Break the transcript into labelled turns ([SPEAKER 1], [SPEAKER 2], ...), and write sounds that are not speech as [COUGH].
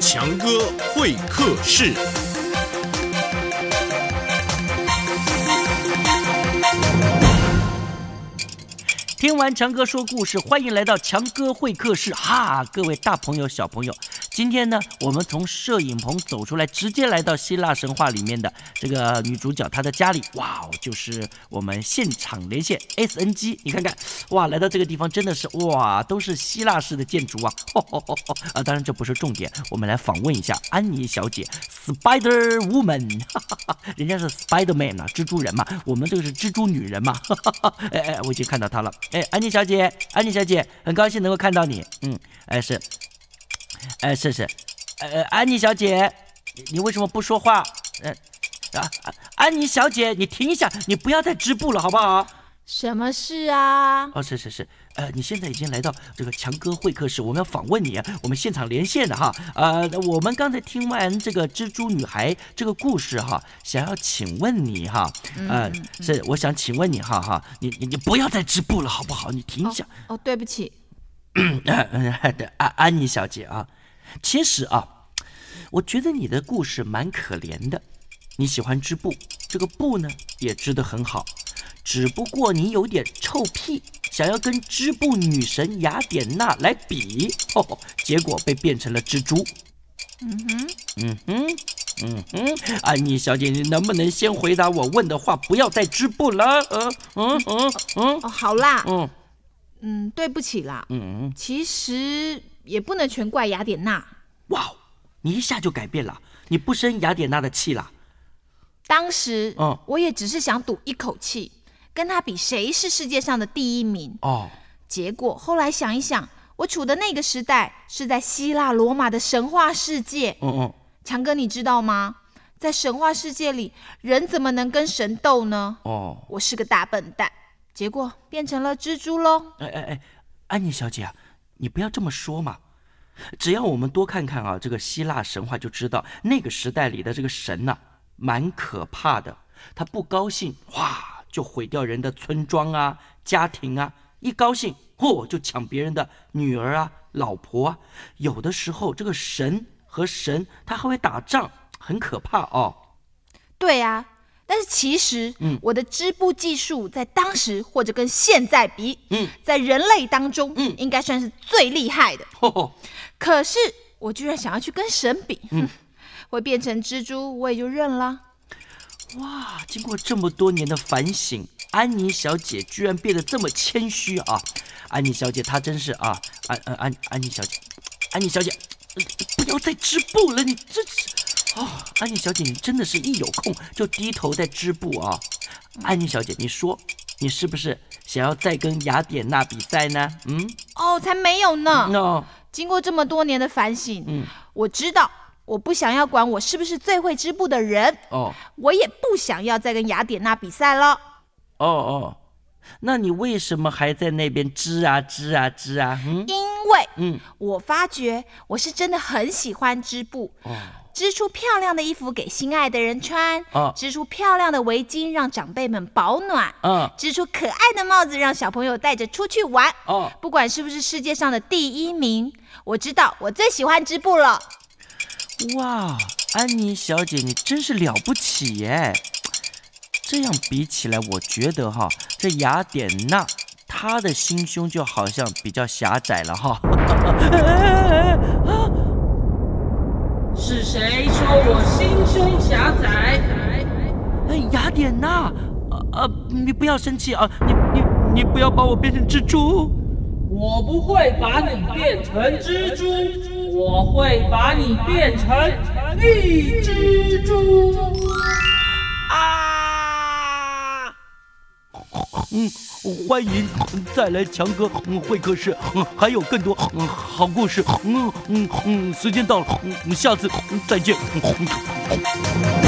[SPEAKER 1] 强哥会客室。
[SPEAKER 2] 听完强哥说故事，欢迎来到强哥会客室哈！各位大朋友、小朋友，今天呢，我们从摄影棚走出来，直接来到希腊神话里面的这个女主角她的家里。哇哦，就是我们现场连线 SNG，你看看，哇，来到这个地方真的是哇，啊都是希腊式的建筑啊！ [LAUGHS] 吼吼吼吼啊，当然这不是重点，我们来访问一下安妮小姐，Spider Woman，哈 [LAUGHS] 哈哈，人家是 Spider Man 啊，蜘蛛人嘛，我们这个是蜘蛛女人嘛， [LAUGHS] 哈哈哈，哎哎，我已经看到她了。哎，安妮小姐，安妮小姐，很高兴能够看到你。嗯，哎是，哎是是，呃，安妮小姐，你你为什么不说话？呃，啊，啊安妮小姐，你停一下，你不要再织布了，好不好？
[SPEAKER 3] 什么事啊？
[SPEAKER 2] 哦，是是是，呃，你现在已经来到这个强哥会客室，我们要访问你，啊我们现场连线的哈。呃，我们刚才听完这个蜘蛛女孩这个故事哈，想要请问你哈，呃，是我想请问你哈哈，你你你不要再织布了，好不好？你停一下。
[SPEAKER 3] 哦，对不起，
[SPEAKER 2] [LAUGHS] 安安妮小姐啊，其实啊，我觉得你的故事蛮可怜的。你喜欢织布，这个布呢也织得很好，只不过你有点臭屁，想要跟织布女神雅典娜来比，哦，结果被变成了蜘蛛。嗯哼，嗯哼，嗯哼，安妮小姐，你能不能先回答我问的话，不要再织布了？呃，嗯嗯嗯
[SPEAKER 3] 哦，好啦，
[SPEAKER 2] 嗯
[SPEAKER 3] 嗯，对不起啦，
[SPEAKER 2] 嗯。
[SPEAKER 3] 其实也不能全怪雅典娜。
[SPEAKER 2] 哇哦，你一下就改变了，你不生雅典娜的气了。
[SPEAKER 3] 当时，
[SPEAKER 2] 嗯
[SPEAKER 3] 我也只是想赌一口气，跟她比谁是世界上的第一名。
[SPEAKER 2] 哦，
[SPEAKER 3] 结果后来想一想，我处的那个时代是在希腊罗马的神话世界。
[SPEAKER 2] 嗯嗯，
[SPEAKER 3] 强哥，你知道吗？在神话世界里，人怎么能跟神斗呢？
[SPEAKER 2] 哦，
[SPEAKER 3] 我是个大笨蛋，结果变成了蜘蛛喽。
[SPEAKER 2] 哎哎哎，安妮小姐啊，你不要这么说嘛。只要我们多看看啊，这个希腊神话就知道，那个时代里的这个神呐、蛮可怕的。他不高兴，哇，就毁掉人的村庄啊、家庭啊；一高兴，嚯、就抢别人的女儿啊、老婆啊。有的时候，这个神和神他还会打仗，很可怕哦。 [LAUGHS]
[SPEAKER 3] 对啊，但是其实，我的织布技术在当时或者跟现在比，
[SPEAKER 2] 嗯
[SPEAKER 3] 在人类当中，应该算是最厉害的。
[SPEAKER 2] 吼吼，
[SPEAKER 3] 可是我居然想要去跟神比，哼 [LAUGHS] 会变成蜘蛛，我也就认了。
[SPEAKER 2] 哇！经过这么多年的反省，安妮小姐居然变得这么谦虚啊！安妮小姐，她真是啊，安安安安妮小姐，安妮小姐，呃不要再织布了，你这是哦，安妮小姐，你真的是一有空就低头在织布啊！安妮小姐，你说你是不是想要再跟雅典娜比赛呢？嗯，哦
[SPEAKER 3] 哦，才没有呢！
[SPEAKER 2] 那、
[SPEAKER 3] 经过这么多年的反省，我知道我不想要管我是不是最会织布的人，
[SPEAKER 2] 哦
[SPEAKER 3] 我也不想要再跟雅典娜比赛了。
[SPEAKER 2] 哦哦，那你为什么还在那边织啊织啊织啊？嗯
[SPEAKER 3] 因为
[SPEAKER 2] 嗯
[SPEAKER 3] 我发觉我是真的很喜欢织布，
[SPEAKER 2] 哦。
[SPEAKER 3] 织出漂亮的衣服给心爱的人穿，
[SPEAKER 2] 啊
[SPEAKER 3] 织出漂亮的围巾让长辈们保暖，
[SPEAKER 2] 嗯
[SPEAKER 3] 织出可爱的帽子让小朋友戴着出去玩。
[SPEAKER 2] 哦，
[SPEAKER 3] 不管是不是世界上的第一名，我知道我最喜欢织布了。
[SPEAKER 2] 哇，安妮小姐，你真是了不起耶！这样比起来，我觉得哈，这雅典娜她的心胸就好像比较狭窄了哈。 [LAUGHS]
[SPEAKER 4] 是谁说我心胸狭窄？
[SPEAKER 2] 哎，雅典娜，呃呃，你不要生气啊，你你你不要把我变成蜘蛛。
[SPEAKER 4] 我不会把你变成蜘蛛，我会把你变成一只猪。啊！
[SPEAKER 2] 欢迎嗯再来强哥嗯会客室，嗯还有更多嗯好故嗯事。嗯嗯嗯，时间到了，嗯下次嗯再见。嗯